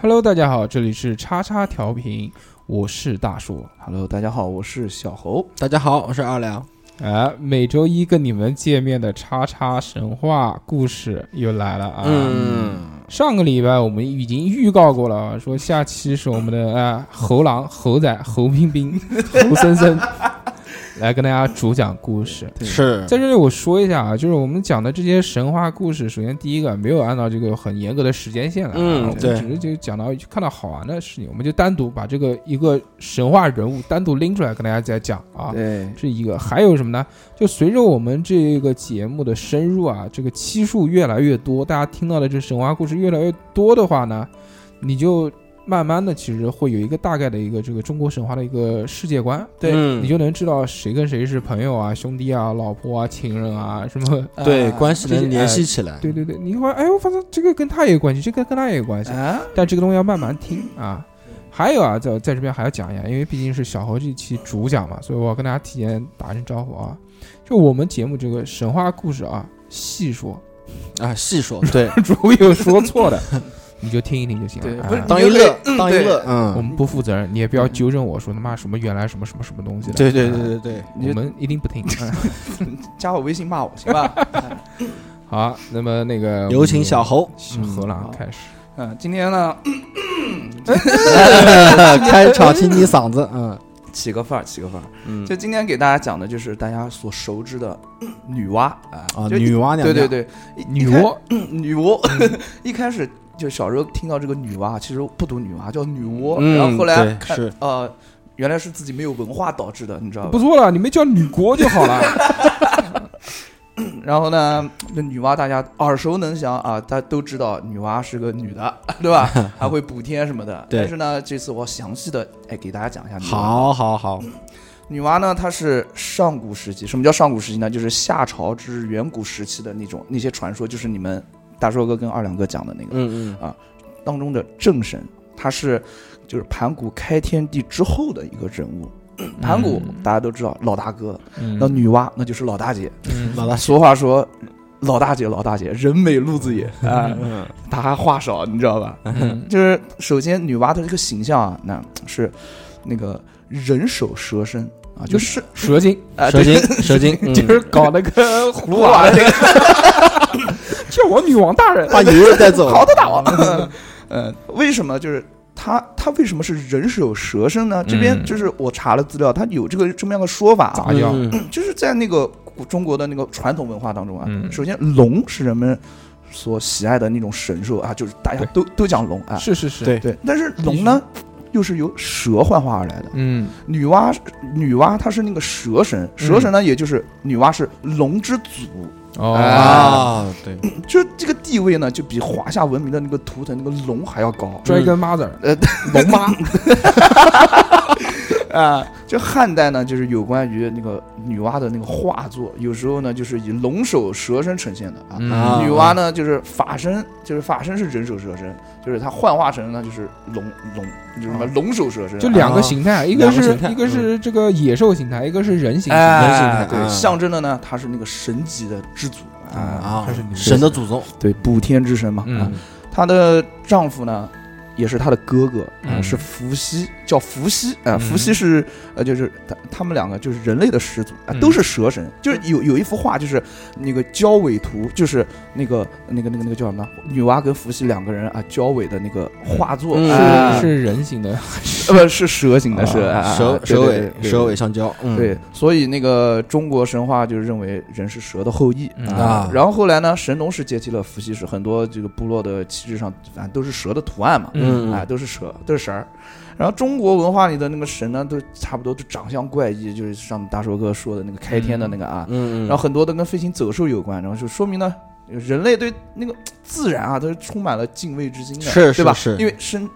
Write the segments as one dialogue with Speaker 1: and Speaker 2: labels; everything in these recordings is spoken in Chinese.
Speaker 1: Hello，大家好，这里是叉叉调频，我是大硕。
Speaker 2: Hello，大家好，我是小侯。
Speaker 3: 大家好，我是二两。
Speaker 1: 啊，每周一跟你们见面的叉叉神话故事又来了啊！
Speaker 3: 嗯，
Speaker 1: 上个礼拜我们已经预告过了啊，说下期是我们的啊猴狼、猴仔、侯冰冰、侯森森来跟大家主讲故事。
Speaker 2: 对
Speaker 3: 是
Speaker 1: 在这里我说一下啊，就是我们讲的这些神话故事，首先第一个没有按照这个很严格的时间线来啊，
Speaker 3: 嗯
Speaker 1: 我们
Speaker 3: 对
Speaker 1: 只是就讲到看到好玩的事情，我们就单独把这个一个神话人物单独拎出来跟大家再讲啊。
Speaker 2: 对，
Speaker 1: 这一个还有什么呢？就随着我们这个节目的深入啊，这个期数越来越多，大家听到的这神话故事越来越多的话呢，你就慢慢的其实会有一个大概的一个这个中国神话的一个世界观，
Speaker 3: 对
Speaker 1: 你就能知道谁跟谁是朋友啊、兄弟啊、老婆啊、情人啊什 么。
Speaker 3: 对
Speaker 2: 啊
Speaker 3: 关系
Speaker 1: 这些
Speaker 3: 能联系起来。
Speaker 1: 对对对，你会发现哎，我发现这个跟他也有关系，这个跟他也有
Speaker 3: 哎
Speaker 1: 关系，
Speaker 2: 啊，
Speaker 1: 但这个东西要慢慢听啊。还有啊，在在这边还要讲一下，因为毕竟是小侯这期主讲嘛，所以我要跟大家提前打声招呼啊。就我们节目这个神话故事啊，细说，
Speaker 3: 啊，细 说对，
Speaker 1: 如果有说错的，你就听一听就行
Speaker 2: 对
Speaker 1: 了。
Speaker 2: 不是
Speaker 1: 啊
Speaker 3: 当娱乐，
Speaker 2: 嗯
Speaker 3: 当娱
Speaker 2: 对
Speaker 3: 乐，
Speaker 1: 我
Speaker 3: 嗯，
Speaker 1: 们不负责任，你也不要纠正我说他妈什么原来什么什么什么东西的。
Speaker 3: 对对
Speaker 1: 啊
Speaker 3: 对对对，
Speaker 2: 你
Speaker 1: 我
Speaker 2: 就
Speaker 1: 们一定不 听。
Speaker 2: 加我微信骂我行吧？
Speaker 1: 好，那么那个
Speaker 3: 有请小侯
Speaker 1: 小荷兰开始。
Speaker 2: 嗯，今天呢，
Speaker 3: 嗯 开场，听你嗓子，嗯
Speaker 2: 起个范儿，起个范儿。
Speaker 3: 嗯
Speaker 2: 就今天给大家讲的就是大家所熟知的女娲啊
Speaker 3: 啊，
Speaker 2: 就
Speaker 3: 女娲娘娘，
Speaker 2: 对对对，一
Speaker 1: 女，娲，
Speaker 2: 一开女娲。
Speaker 3: 嗯
Speaker 2: 一开始就小时候听到这个女娲，其实不读女娲，叫女娲。
Speaker 3: 嗯
Speaker 2: 然后后来
Speaker 3: 对
Speaker 2: 看
Speaker 3: 是
Speaker 2: 呃，原来是自己没有文化导致的，你知道吧
Speaker 1: 不？错了，你们叫女国就好了。
Speaker 2: 然后呢，这女娲大家耳熟能详啊，大家都知道女娲是个女的， 对吧？还会补天什么的。
Speaker 3: 对
Speaker 2: 但是呢，这次我详细的哎给大家讲一下女娲。
Speaker 3: 好好好，
Speaker 2: 女娲呢，她是上古时期。什么叫上古时期呢？就是夏朝至远古时期的那种那些传说，就是你们大硕哥跟二两哥讲的那个、
Speaker 3: 嗯
Speaker 2: 当中的正神，她是就是盘古开天地之后的一个人物。盘古、大家都知道老大哥，那
Speaker 1: 嗯，
Speaker 2: 女娲那就是老大姐。
Speaker 1: 嗯
Speaker 3: 老大
Speaker 2: 俗话说，老大姐，老大姐，人美路子野啊，她还话少，你知道吧？
Speaker 1: 嗯
Speaker 2: 就是首先女娲的这个形象啊，那是那个人首蛇身啊，就是
Speaker 1: 嗯蛇精
Speaker 2: 啊，
Speaker 3: 蛇
Speaker 2: 对
Speaker 3: 精 蛇精，嗯
Speaker 1: 就是搞那个葫芦
Speaker 2: 葫芦娃
Speaker 1: 娃
Speaker 2: 的那
Speaker 1: 个， 叫我女王大人。
Speaker 3: 把油肉 带走，
Speaker 2: 好的大王。嗯，为什么就是他他为什么是人首蛇身呢？这边
Speaker 1: 嗯
Speaker 2: 就是我查了资料，他有这个这么样的说法啊，
Speaker 1: 杂交，
Speaker 3: 嗯
Speaker 2: 就是在那个古中国的那个传统文化当中啊，
Speaker 1: 嗯
Speaker 2: 首先龙是人们所喜爱的那种神兽啊，就是大家都都讲龙啊，
Speaker 1: 是是是，
Speaker 3: 对
Speaker 2: 对，但是龙呢又是由蛇幻化而来的。
Speaker 1: 嗯
Speaker 2: 女娲，女娲她是那个蛇神，蛇神呢，也就是女娲是龙之祖，
Speaker 1: 哦
Speaker 2: 哎
Speaker 3: 啊，对，
Speaker 2: 就这个地位呢，就比华夏文明的那个图腾那个龙还要高。
Speaker 1: ，Dragon Mother，
Speaker 2: 呃，龙妈 啊，就汉代呢，就是有关于那个女娲的那个画作，有时候呢就是以龙首蛇身呈现的啊。
Speaker 1: 嗯
Speaker 3: 啊
Speaker 2: 女娲呢就是法身，就是法身是人首蛇身，就是她幻化成呢就是龙龙，就是什么龙首蛇身啊，
Speaker 1: 就两个形态，一个
Speaker 3: 两个
Speaker 1: 是
Speaker 3: 形态
Speaker 1: 一个是这个野兽形态，一个是人形态。
Speaker 2: 哎
Speaker 3: 人形态
Speaker 2: 对，
Speaker 3: 啊
Speaker 2: 象征的呢她是那个神级的之祖啊，
Speaker 3: 啊
Speaker 1: 还是女，
Speaker 3: 神的祖宗，
Speaker 2: 对，补天之神嘛。啊
Speaker 1: 嗯，
Speaker 2: 她的丈夫呢，也是她的哥哥，啊、
Speaker 1: 嗯
Speaker 2: 是伏羲，叫伏羲啊、
Speaker 1: 嗯
Speaker 2: 伏羲是呃，就是他他们两个就是人类的始祖啊、
Speaker 1: 嗯
Speaker 2: 都是蛇神。就是有有一幅画，就是那个交尾图，就是那个那个那个那个叫什么呢？女娲跟伏羲两个人啊交尾的那个画作，
Speaker 3: 嗯
Speaker 2: 啊
Speaker 1: 是是人形的，
Speaker 2: 呃不是蛇形的蛇，啊啊啊
Speaker 3: 蛇
Speaker 2: 对
Speaker 3: 蛇
Speaker 2: 对
Speaker 3: 尾
Speaker 2: 对对
Speaker 3: 蛇尾相交，嗯
Speaker 2: 对，所以那个中国神话就认为人是蛇的后裔
Speaker 1: 嗯
Speaker 3: 啊
Speaker 2: 然后后来呢，神农氏接替了伏羲氏，很多这个部落的旗帜上反正都是蛇的图案嘛，
Speaker 3: 嗯
Speaker 2: 啊，都是蛇，都是神儿。然后中国文化里的那个神呢，都差不多都长相怪异，就是像大寿哥说的那个开天的那个啊，
Speaker 3: 嗯，
Speaker 2: 然后很多都跟飞行走兽有关，然后就说明呢，人类对那个自然啊，都是充满了敬畏之心的，
Speaker 3: 是
Speaker 2: 对吧？
Speaker 3: 是是
Speaker 2: 因为生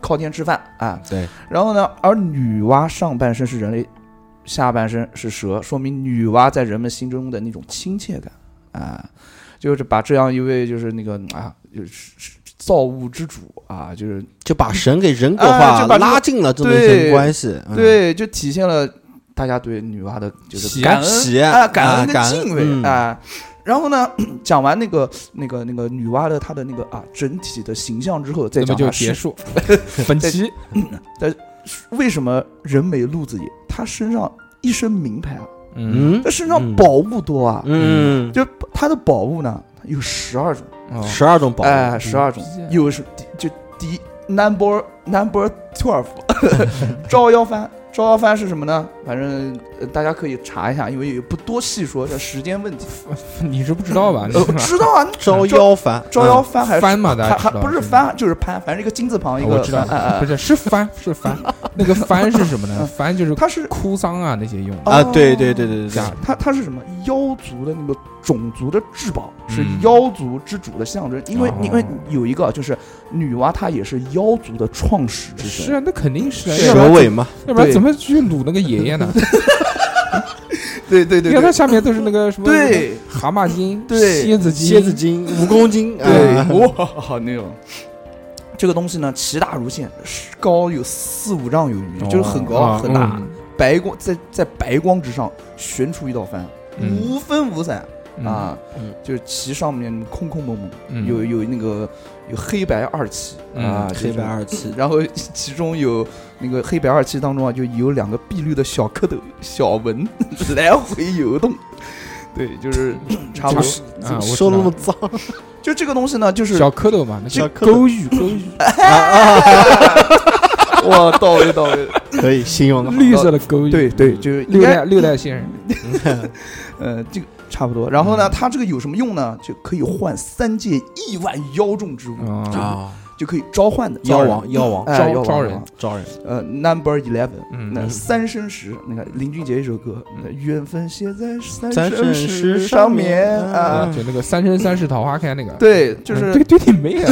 Speaker 2: 靠天吃饭啊，
Speaker 3: 对，
Speaker 2: 然后呢，而女娲上半身是人类，下半身是蛇，说明女娲在人们心中的那种亲切感啊，就是把这样一位就是那个啊，就是是造物之主啊，就是
Speaker 3: 就把神给人格化，
Speaker 2: 哎就把这个
Speaker 3: 拉近了这么一
Speaker 2: 对
Speaker 3: 层关系。嗯
Speaker 2: 对，就体现了大家对女娲的就是
Speaker 1: 喜
Speaker 2: 感恩
Speaker 3: 喜
Speaker 2: 啊，感恩
Speaker 3: 啊
Speaker 2: 跟
Speaker 3: 感恩
Speaker 2: 敬畏
Speaker 3: 嗯
Speaker 2: 啊。然后呢， 讲完那个那个那个女娲的她的那个啊整体的形象之后，再
Speaker 1: 那么
Speaker 2: 讲
Speaker 1: 就
Speaker 2: 她
Speaker 1: 结
Speaker 2: 是
Speaker 1: 束本期。
Speaker 2: 为什么人没路子野，她身上一身名牌啊，
Speaker 1: 嗯，
Speaker 3: 嗯
Speaker 2: 她身上宝物多啊，
Speaker 3: 嗯，
Speaker 2: 就她的宝物呢有十二种，
Speaker 1: 哦
Speaker 3: 十二种宝物，
Speaker 2: 哎，十二种
Speaker 1: 直接，
Speaker 2: 有是就第一 number number twelve，招妖幡。招妖幡是什么呢？反正、呃大家可以查一下，因为也不多细说，这时间问题。
Speaker 1: 你是不知道吧？你
Speaker 2: 呃，
Speaker 1: 是吧嗯
Speaker 2: 知道啊，
Speaker 3: 招
Speaker 2: 招
Speaker 3: 妖幡，
Speaker 2: 招妖幡还是
Speaker 1: 翻嘛，大
Speaker 2: 还
Speaker 1: 家
Speaker 2: 还
Speaker 1: 知道
Speaker 2: 不是
Speaker 1: 吧
Speaker 2: 翻就是攀，反正一个金字旁一
Speaker 1: 啊我
Speaker 2: 个
Speaker 1: 知道
Speaker 2: 翻，哎哎
Speaker 1: 不
Speaker 2: 哎
Speaker 1: 是是翻是 翻，那个翻是什么呢？翻就是
Speaker 2: 它是
Speaker 1: 哭丧啊那些用
Speaker 2: 哦
Speaker 1: 的，
Speaker 3: 嗯啊，对对对，对对
Speaker 1: 假
Speaker 3: 对
Speaker 1: 的，
Speaker 2: 它它是什么？妖族的那个种族的至宝，是
Speaker 1: 嗯
Speaker 2: 妖族之主的象征。因为
Speaker 1: 哦
Speaker 2: 因为有一个就是女娲，她也是妖族的创始之
Speaker 1: 是
Speaker 2: 神。
Speaker 1: 啊，那肯定是啊，要不
Speaker 3: 蛇
Speaker 1: 然
Speaker 3: 尾嘛，
Speaker 1: 要不然
Speaker 2: 对
Speaker 1: 怎么去掳那个爷爷呢？
Speaker 2: 对对
Speaker 1: 你看它下面都是那个什么
Speaker 2: 对
Speaker 1: 蛤蟆精、
Speaker 2: 对
Speaker 1: 蝎子精、
Speaker 3: 蝎子精、蜈蚣精，
Speaker 2: 对
Speaker 3: 啊，
Speaker 2: 哇那种。这个东西呢，奇大如线，高有四五丈有余，
Speaker 1: 哦，
Speaker 2: 就是很高
Speaker 1: 啊
Speaker 2: 很大，
Speaker 1: 嗯
Speaker 2: 白光在在白光之上悬出一道幡，
Speaker 1: 嗯
Speaker 2: 无分无散
Speaker 1: 嗯
Speaker 2: 啊
Speaker 3: 嗯，
Speaker 2: 就是旗上面空空蒙蒙。
Speaker 1: 嗯
Speaker 2: 有有那个有黑白二旗
Speaker 1: 嗯
Speaker 2: 啊，
Speaker 3: 黑白
Speaker 2: 二，
Speaker 3: 二气，
Speaker 2: 然后其中有那个黑白二旗当中啊，就有两个碧绿的小蝌蚪、小蚊来回游动，对，就是差不多。
Speaker 1: 啊，我
Speaker 3: 说
Speaker 1: 知道
Speaker 3: 那么脏
Speaker 2: 就这个东西呢，就是
Speaker 1: 小蝌蚪嘛，那
Speaker 3: 小
Speaker 1: 个
Speaker 3: 蝌蚪
Speaker 1: 勾玉勾 玉，
Speaker 2: 哇，到位到位，
Speaker 3: 可以形容的好，
Speaker 1: 绿色的勾玉，
Speaker 2: 对对，就是应
Speaker 1: 六
Speaker 2: 该
Speaker 1: 代六代仙人，
Speaker 2: 呃，这个差不多。然后呢，它这个有什么用呢？就可以换三界亿万妖众之物，
Speaker 1: 啊，
Speaker 3: 啊，
Speaker 2: 就可以召唤的
Speaker 3: 妖王妖王
Speaker 2: 哎
Speaker 1: 招
Speaker 2: 妖王
Speaker 1: 招人
Speaker 2: 妖王
Speaker 3: 招人，
Speaker 2: 呃，Number Eleven。
Speaker 1: 嗯
Speaker 2: 那
Speaker 3: 嗯
Speaker 2: 三生石，那个林俊杰一首歌，那缘分写在三
Speaker 3: 三
Speaker 2: 生
Speaker 3: 生石
Speaker 2: 石
Speaker 3: 上
Speaker 2: 上面
Speaker 3: 面
Speaker 1: 啊
Speaker 2: 啊。
Speaker 1: 就那个三生三世桃花开那个，
Speaker 2: 对，
Speaker 1: 嗯，
Speaker 2: 就是
Speaker 1: 这个对你没有，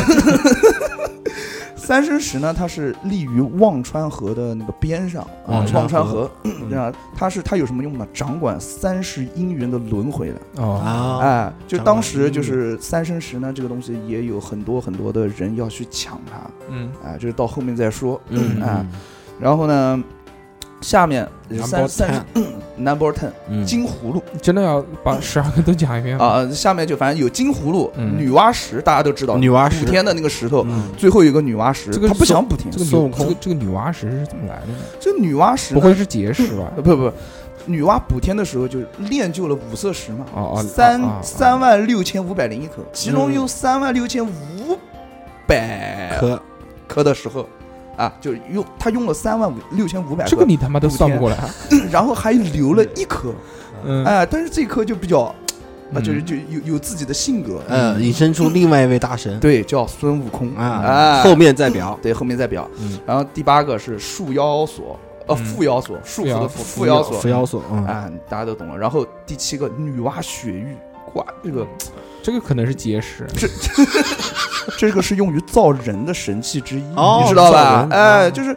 Speaker 2: 三生石呢，它是立于忘川河的那个边上啊
Speaker 3: 忘，
Speaker 2: 忘
Speaker 3: 川
Speaker 2: 川
Speaker 3: 河嗯
Speaker 2: 河，啊，它是它有什么用呢？掌管三世姻缘的轮回的，
Speaker 1: 哦，
Speaker 3: 啊，
Speaker 2: 哎，就
Speaker 3: 掌
Speaker 2: 当
Speaker 3: 管嗯姻
Speaker 2: 时
Speaker 3: 缘
Speaker 2: 就是三生石呢，这个东西也有很多很多的人要去抢它，
Speaker 1: 嗯，
Speaker 2: 哎，这个到后面再说，
Speaker 3: 嗯
Speaker 2: 啊，然后呢，下面三
Speaker 3: Number
Speaker 2: 三 number ten
Speaker 3: 嗯，
Speaker 2: 金葫芦。
Speaker 1: 真的要把十二个都讲一遍吗？
Speaker 2: 啊，下面就反正有金葫芦、
Speaker 1: 嗯
Speaker 2: 女娲石，大家都知道，
Speaker 3: 女娲
Speaker 2: 补
Speaker 3: 石，
Speaker 2: 天的那个石头，
Speaker 3: 嗯
Speaker 2: 最后有一个女娲石，
Speaker 1: 这个
Speaker 2: 他不
Speaker 1: 是
Speaker 2: 想补天
Speaker 1: 这。个
Speaker 3: 孙
Speaker 1: 女
Speaker 3: 悟空
Speaker 1: 这个这个女娲石是怎么来的呢？
Speaker 2: 这女娲石
Speaker 1: 不
Speaker 2: 呢，
Speaker 1: 会是结石吧
Speaker 2: 呃？不不，女娲补天的时候就练就了五色石嘛，
Speaker 1: 哦哦，
Speaker 2: 三
Speaker 1: 啊啊啊
Speaker 2: 三万六千五百零一颗，其中
Speaker 3: 嗯
Speaker 2: 有三万六千五百
Speaker 3: 可
Speaker 2: 颗的时候。啊，就用他用了三万五六千五百
Speaker 1: 这
Speaker 2: 颗
Speaker 1: 个，你他妈都算不过
Speaker 2: 哎
Speaker 1: 来，
Speaker 2: 然后还留了一颗，
Speaker 1: 嗯，
Speaker 2: 哎，但是这颗就比较，啊，
Speaker 1: 嗯
Speaker 2: 就是就有有自己的性格，
Speaker 3: 嗯，引申出另外一位大神
Speaker 2: 对，叫孙悟空
Speaker 3: 啊，后面再表，
Speaker 2: 对，后面再表。
Speaker 3: 嗯
Speaker 2: 然后第八个是束腰锁，呃，
Speaker 1: 嗯
Speaker 2: 缚腰锁，束缚的缚，
Speaker 1: 缚
Speaker 2: 缚
Speaker 1: 腰
Speaker 2: 腰
Speaker 1: 索
Speaker 2: 锁
Speaker 3: 扶摇索，嗯，
Speaker 2: 啊，大家都懂了。然后第七个女娲雪域，哇，这个
Speaker 1: 这个可能是结石，
Speaker 2: 这个是用于造人的神器之一，
Speaker 3: 哦
Speaker 2: 你知道
Speaker 3: 造
Speaker 2: 吧
Speaker 3: 人？
Speaker 2: 哎，
Speaker 3: 哦
Speaker 2: 就是。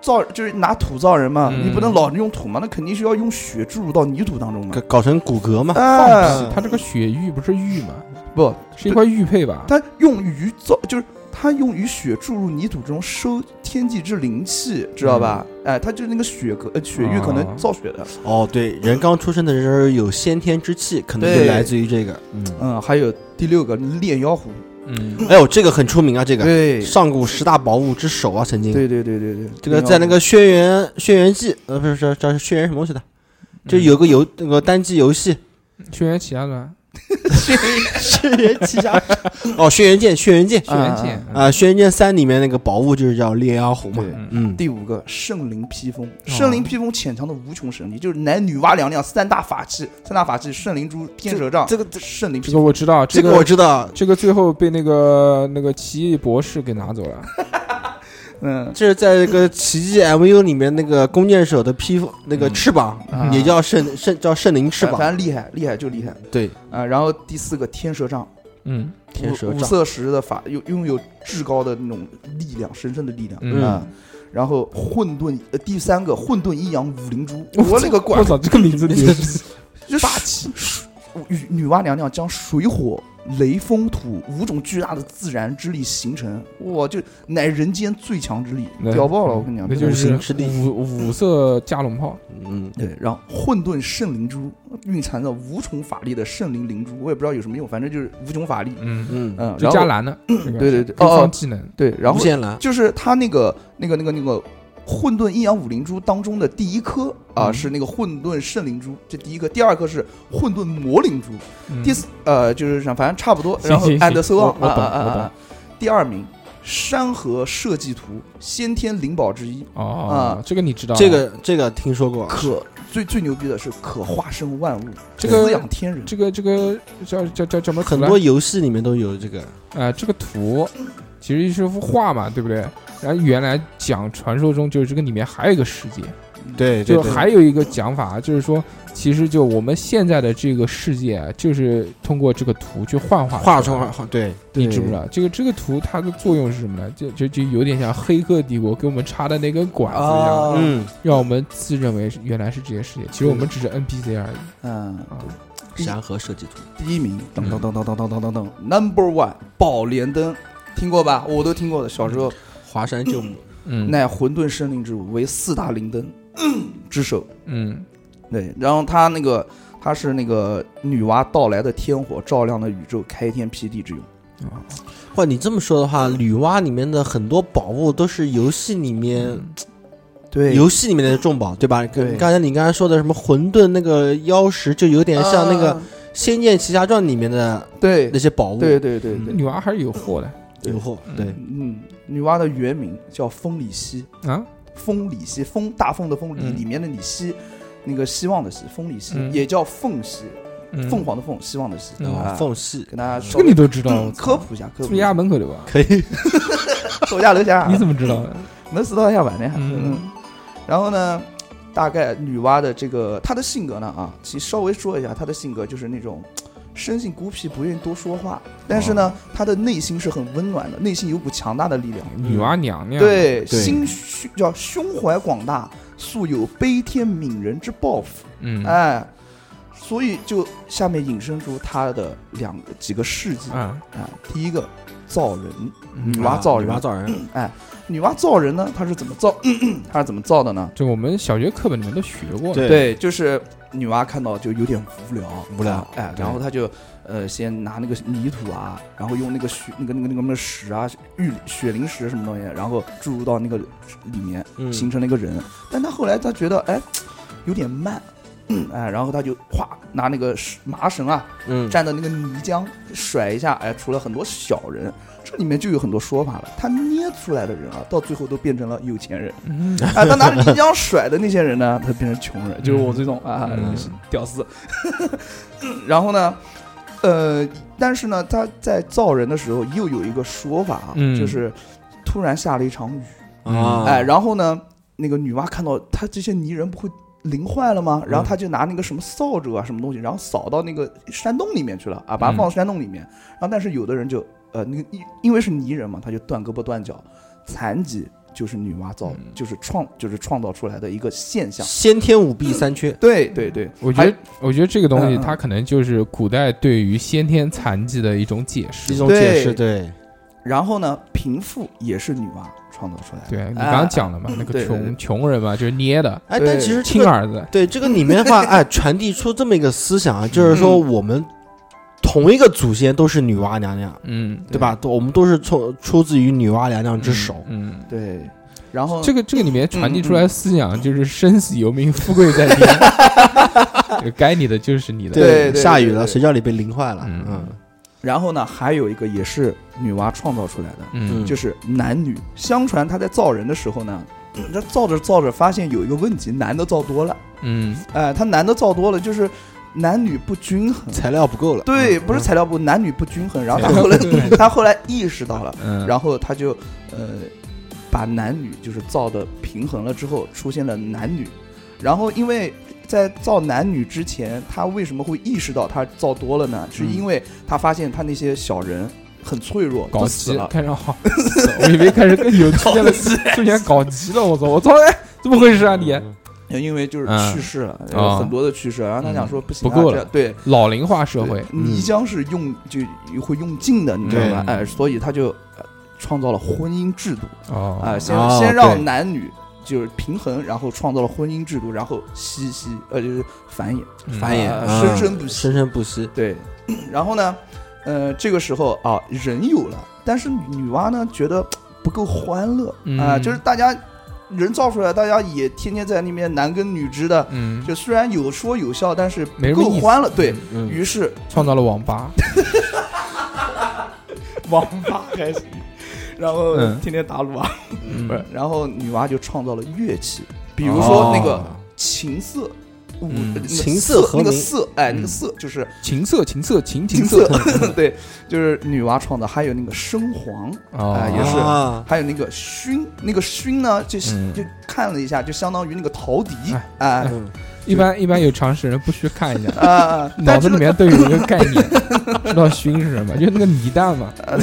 Speaker 2: 造就是拿土造人嘛，
Speaker 1: 嗯
Speaker 2: 你不能老用土嘛，那肯定是要用血注入到泥土当中嘛
Speaker 3: 搞。搞成骨骼嘛，
Speaker 2: 哎，
Speaker 1: 它这个血玉不是玉吗？
Speaker 2: 不，
Speaker 1: 是一块玉佩吧？
Speaker 2: 它用于造就是它用于血注入泥土中收天地之灵气，知道吧？哎，它就是那个血格呃血域
Speaker 1: 哦
Speaker 2: 可能造血的，
Speaker 3: 哦，对，人刚出生的时候有先天之气，可能就
Speaker 2: 对
Speaker 3: 来自于这个。嗯，
Speaker 2: 嗯，还有第六个炼妖壶，
Speaker 1: 嗯，
Speaker 3: 哎呦，这个很出名啊，这个
Speaker 2: 对
Speaker 3: 上古十大宝物之首啊，曾经。
Speaker 2: 对对对对对，
Speaker 3: 这个在那个《轩辕轩辕记》呃，不是这这是《轩辕什么东西的？就有个游那个单机游戏
Speaker 1: 嗯轩辕奇啊亚传，
Speaker 3: 《轩辕七
Speaker 2: 啊
Speaker 3: 侠》哦，《轩辕剑》《轩辕剑》
Speaker 1: 轩辕剑嗯
Speaker 3: 啊，《轩辕剑三》里面那个宝物就是叫烈妖壶嘛
Speaker 2: 对。
Speaker 3: 嗯，
Speaker 2: 第五个圣灵披风，圣灵披风潜藏的无穷神力，就是男女娲娘娘三大法器，三大法器圣灵珠、天蛇杖，
Speaker 3: 这个
Speaker 2: 圣灵
Speaker 1: 这
Speaker 2: 披
Speaker 1: 个
Speaker 2: 风，
Speaker 1: 我知道，
Speaker 3: 这个我
Speaker 1: 个
Speaker 3: 知道，
Speaker 1: 这个最后被那个那个奇异博士给拿走 了，
Speaker 2: 嗯
Speaker 3: 这是在这个《奇迹 MU》里面那个弓箭手的披风，那个
Speaker 1: 嗯
Speaker 3: 翅膀
Speaker 2: 啊
Speaker 3: 也叫圣圣叫圣灵翅
Speaker 2: 反
Speaker 3: 膀。
Speaker 2: 正厉害厉害就厉害
Speaker 3: 对，
Speaker 2: 啊。然后第四个天蛇杖，
Speaker 1: 嗯
Speaker 3: 天蛇
Speaker 2: 五五
Speaker 3: 杖
Speaker 2: 色石的法，拥拥有至高的那种力量，神圣的力量
Speaker 1: 嗯
Speaker 2: 啊。然后混沌，呃，第三个混沌阴阳五灵珠，我勒个乖
Speaker 1: 我，操，这个名字你
Speaker 2: 就霸气！女女娲娘娘将水火。雷、风、土五种巨大的自然之力形成，哇，就乃人间最强之力，
Speaker 1: 那
Speaker 2: 屌爆了！我跟你讲，
Speaker 1: 那
Speaker 2: 真
Speaker 1: 就
Speaker 3: 五
Speaker 2: 的
Speaker 1: 是
Speaker 3: 行之力
Speaker 1: 五五色加农炮，
Speaker 3: 嗯，
Speaker 2: 对，然后混沌圣灵珠蕴藏着无穷法力的圣灵灵珠，我也不知道有什么用，反正就是无穷法力。
Speaker 1: 嗯，
Speaker 3: 嗯
Speaker 2: 嗯，
Speaker 1: 就
Speaker 2: 然
Speaker 1: 加
Speaker 2: 后
Speaker 1: 蓝的，对
Speaker 2: 对对对
Speaker 1: 可以
Speaker 2: 哦
Speaker 1: 放
Speaker 2: 哦
Speaker 1: 技能，
Speaker 2: 对，然
Speaker 3: 无
Speaker 2: 后
Speaker 3: 限蓝，
Speaker 2: 就是它那个那个那个那个混沌阴阳五灵珠当中的第一颗啊、
Speaker 1: 嗯
Speaker 2: 是那个混沌圣灵珠，这第一颗，第二颗是混沌魔灵珠，
Speaker 1: 嗯
Speaker 2: 第四呃就是像反正差不多，
Speaker 1: 行
Speaker 2: 然后
Speaker 1: 行
Speaker 2: and
Speaker 1: 行
Speaker 2: so
Speaker 1: 我
Speaker 2: on，
Speaker 1: 我
Speaker 2: 啊
Speaker 1: 懂
Speaker 2: 啊
Speaker 1: 我
Speaker 2: 啊
Speaker 1: 懂
Speaker 2: 啊第二名山河设计图，先天灵宝之一，
Speaker 1: 哦
Speaker 2: 啊，
Speaker 1: 这个你知道啊
Speaker 3: 这个这个听说过，
Speaker 2: 可最最牛逼的是可化身万物，
Speaker 1: 这个
Speaker 2: 滋养天人。
Speaker 1: 这个这个叫叫叫叫什么图
Speaker 3: 很
Speaker 1: 来？
Speaker 3: 多游戏里面都有这个，
Speaker 1: 啊，这个图其实是幅画嘛，对不对？然后原来讲传说中就是这个里面还有一个世界，
Speaker 3: 对
Speaker 1: 就还有一个讲法，就是说，其实就我们现在的这个世界啊，就是通过这个图去幻化
Speaker 3: 画
Speaker 1: 出
Speaker 3: 中
Speaker 1: 来的，
Speaker 3: 画画，对，
Speaker 1: 你知不知道？这个这个图它的作用是什么呢？就就就有点像《黑客帝国》给我们插的那根管子一样，
Speaker 2: 啊
Speaker 3: 嗯，
Speaker 1: 让我们自认为是原来是这些世界，其实我们只是 NPC 而已
Speaker 2: 嗯，
Speaker 1: 啊。
Speaker 3: 山河设计图，
Speaker 2: 第一名，等等等等等等等等等，Number One，宝莲灯，听过吧？我都听过的，小时候。
Speaker 3: 华山救母，
Speaker 1: 嗯，
Speaker 2: 乃混沌生灵之物，为四大灵灯之首。
Speaker 1: 嗯
Speaker 2: 对，然后他那个他是那个女娲盗来的天火，照亮了宇宙，开天辟地之用。
Speaker 1: 啊
Speaker 3: 哇，你这么说的话，女娲里面的很多宝物都是游戏里面
Speaker 2: 对
Speaker 3: 游戏里面的重宝，对吧？
Speaker 2: 对
Speaker 3: 刚才你刚才说的什么混沌那个妖石，就有点像那个《
Speaker 2: 啊
Speaker 3: 仙剑奇侠传》里面的
Speaker 2: 对
Speaker 3: 那些宝物。
Speaker 2: 对对对对，
Speaker 1: 女娃还是有货的
Speaker 3: 诱惑，对，
Speaker 2: 嗯，女娲的原名叫风里希，
Speaker 1: 啊，
Speaker 2: 风里希，风大风的风里
Speaker 1: 嗯
Speaker 2: 里面的里希，那个希望的希，风里希
Speaker 1: 嗯
Speaker 2: 也叫凤希，
Speaker 1: 嗯
Speaker 2: 凤凰的凤，希望的希
Speaker 1: 嗯
Speaker 2: 啊
Speaker 3: 啊，。缝隙
Speaker 2: 跟大家
Speaker 1: 这
Speaker 2: 稍
Speaker 1: 个你
Speaker 2: 微
Speaker 1: 都知道，
Speaker 2: 嗯
Speaker 1: 我操
Speaker 2: 科普一下，科
Speaker 1: 是
Speaker 2: 普
Speaker 1: 不是
Speaker 2: 一
Speaker 1: 家
Speaker 2: 下，
Speaker 1: 门口的吧？
Speaker 3: 可以，
Speaker 2: 手下留下，啊
Speaker 1: 你怎么知道的？
Speaker 2: 能死到下晚的呀？嗯
Speaker 1: 嗯，
Speaker 2: 然后呢，大概女娲的这个她的性格呢啊，其实稍微说一下，她的性格就是那种生性孤僻，不愿意多说话，但是呢，她的内心是很温暖的，内心有股强大的力量，
Speaker 1: 女娲娘娘，
Speaker 2: 对，
Speaker 3: 对
Speaker 2: 心胸叫胸怀广大，素有悲天悯人之抱负，
Speaker 1: 嗯
Speaker 2: 哎。所以就下面引申出她的两个几个事迹啊、
Speaker 1: 啊，
Speaker 2: 第一个造人，
Speaker 1: 嗯
Speaker 2: 女娲造人
Speaker 3: 女娲造人，
Speaker 2: 女娲造人呢，她是怎么造？ 她是怎么造的呢？
Speaker 1: 就我们小学课本里面都学过的，
Speaker 3: 对
Speaker 2: 对，就是女娲看到就有点无聊，
Speaker 3: 无聊
Speaker 2: 啊哎，
Speaker 3: 对
Speaker 2: 然后她就呃先拿那个泥土啊，然后用那个雪那个那个那个那个石啊，玉雪灵石什么东西，然后注入到那个里面，
Speaker 3: 嗯，
Speaker 2: 形成了一个人。但她后来她觉得哎有点慢，哎，然后她就哗拿那个石麻绳啊
Speaker 3: 嗯，
Speaker 2: 蘸的那个泥浆甩一下，哎，出了很多小人。这里面就有很多说法了，她捏出来的人啊，到最后都变成了有钱人。
Speaker 1: 嗯
Speaker 2: 啊，他拿着泥浆甩的那些人呢，他变成穷人，就是我这种啊
Speaker 1: 嗯，
Speaker 2: 屌丝。 然后呢，呃，但是呢，他在造人的时候又有一个说法啊，
Speaker 1: 嗯
Speaker 2: 就是突然下了一场雨，
Speaker 3: 啊，
Speaker 2: 哎，然后呢，那个女娲看到他这些泥人不会。淋坏了
Speaker 1: 嗯
Speaker 2: 吗？然后他就拿那个什么扫帚啊，什么东西，然后扫到那个山洞里面去了啊，把它
Speaker 1: 嗯
Speaker 2: 放到山洞里面。然后但是有的人就呃，那个因因为是泥人嘛，他就断胳膊断脚，残疾就是女娲造，
Speaker 1: 嗯
Speaker 2: 就是创就是创造出来的一个现象。
Speaker 3: 先天舞弊三缺，
Speaker 2: 对对对，
Speaker 1: 我觉
Speaker 2: 还
Speaker 1: 得，我觉得这个东西
Speaker 2: 嗯嗯
Speaker 1: 它可能就是古代对于先天残疾的一种解释
Speaker 3: 一。种
Speaker 2: 对
Speaker 3: 解释，对，
Speaker 2: 然后呢，贫富也是女娲创造出来的。
Speaker 1: 对你
Speaker 2: 哎
Speaker 1: 刚刚讲了嘛，那个
Speaker 2: 对对
Speaker 1: 穷
Speaker 2: 对
Speaker 1: 穷人嘛，就是捏的
Speaker 3: 哎，
Speaker 2: 对
Speaker 3: 但其实这
Speaker 1: 亲
Speaker 3: 个
Speaker 1: 儿子，
Speaker 3: 对这个里面 的话，哎，传递出这么一个思想啊，就是说
Speaker 2: 嗯
Speaker 3: 我们同一个祖先都是女娲娘娘，
Speaker 1: 嗯，
Speaker 3: 对吧？都我们都是从出自于女娲娘娘之手，
Speaker 1: 嗯。
Speaker 2: 对，然后
Speaker 1: 这个这个里面
Speaker 2: 嗯
Speaker 1: 传递出来的思想就是生死由命，富贵在 天，该你的就是你的。
Speaker 2: 对对对
Speaker 3: 下雨了，
Speaker 2: 对
Speaker 3: 谁叫你被淋坏了？
Speaker 1: 嗯
Speaker 3: 嗯，
Speaker 2: 然后呢，还有一个也是女娲创造出来的，
Speaker 1: 嗯，
Speaker 2: 就是男女。相传她在造人的时候呢，这造着造着发现有一个问题，男的造多了，
Speaker 1: 嗯
Speaker 2: 哎，他男的造多了就是男女不 均衡。
Speaker 3: 材料不够了，
Speaker 2: 对，
Speaker 3: 嗯
Speaker 2: 不是材料不男女不均衡，然后他
Speaker 1: 材料
Speaker 2: 后 来
Speaker 1: 不均衡
Speaker 2: 他后来意识到了，
Speaker 1: 嗯，
Speaker 2: 然后他就呃把男女就是造的平衡了之后，出现了男女，然后因为。在造男女之前，他为什么会意识到他造多了呢？是
Speaker 3: 嗯
Speaker 2: 因为他发现他那些小人很脆弱，
Speaker 1: 搞
Speaker 2: 都
Speaker 1: 急
Speaker 2: 死
Speaker 1: 了，
Speaker 2: 了。
Speaker 1: 开始好， 我以为开始更有出现了，出现搞急了，我操，我操，哎，怎么回事啊你？
Speaker 3: 嗯
Speaker 2: 因为就是
Speaker 1: 嗯
Speaker 2: 去世了，
Speaker 1: 哦
Speaker 2: 有很多的去世了，然后他想说不行啊，
Speaker 1: 不够了
Speaker 2: 这样对，
Speaker 1: 老龄化社会
Speaker 2: 对，
Speaker 3: 嗯
Speaker 2: 泥浆是用就会用尽的，你知道吧？
Speaker 1: 对
Speaker 2: 哎，所以他就呃创造了婚姻制度
Speaker 1: 哦
Speaker 2: 啊，先
Speaker 3: 哦
Speaker 2: 先让
Speaker 3: 对
Speaker 2: 男女就是平衡，然后创造了婚姻制度，然后息息呃就是繁衍，
Speaker 1: 嗯
Speaker 3: 繁衍
Speaker 2: 啊
Speaker 3: 嗯
Speaker 2: 生生不息
Speaker 3: 生生不息。
Speaker 2: 对， 然后呢，呃，这个时候啊，人有了，但是女女娲呢觉得不够欢乐啊、
Speaker 1: 嗯
Speaker 2: 就是大家人造出来，大家也天天在那边男耕女织的，
Speaker 1: 嗯，
Speaker 2: 就虽然有说有笑，但是
Speaker 1: 没
Speaker 2: 不
Speaker 1: 什
Speaker 2: 够
Speaker 1: 么意思
Speaker 2: 欢乐。对，
Speaker 3: 嗯
Speaker 2: 于是
Speaker 1: 创造了网吧，
Speaker 2: 王八开始，然后
Speaker 1: 嗯
Speaker 2: 天天打撸啊，
Speaker 1: 嗯
Speaker 2: 不是， 然后女娲就创造了乐器，比如说那个琴瑟。舞
Speaker 1: 哦嗯
Speaker 2: 那个
Speaker 3: 琴
Speaker 2: 瑟
Speaker 3: 瑟和
Speaker 2: 那个
Speaker 3: 鸣
Speaker 2: 瑟，哎，那
Speaker 1: 嗯
Speaker 2: 个瑟就是
Speaker 1: 情色情色情情
Speaker 2: 琴
Speaker 1: 色，
Speaker 2: 对，就是女娲创造。还有那个生黄，
Speaker 1: 啊
Speaker 2: 哎也是
Speaker 3: 啊
Speaker 2: 还有那个熏，那个熏呢，就、
Speaker 1: 嗯
Speaker 2: 就看了一下，就相当于那个陶笛
Speaker 1: 哎
Speaker 2: 啊，
Speaker 3: 嗯
Speaker 1: 一般一般有常识人不去看一下
Speaker 2: 啊，
Speaker 1: 脑
Speaker 2: 但
Speaker 1: 子
Speaker 2: 这
Speaker 1: 里
Speaker 2: 个
Speaker 1: 面都有一个概 念，知道熏是什么，就那个泥蛋嘛，
Speaker 2: 啊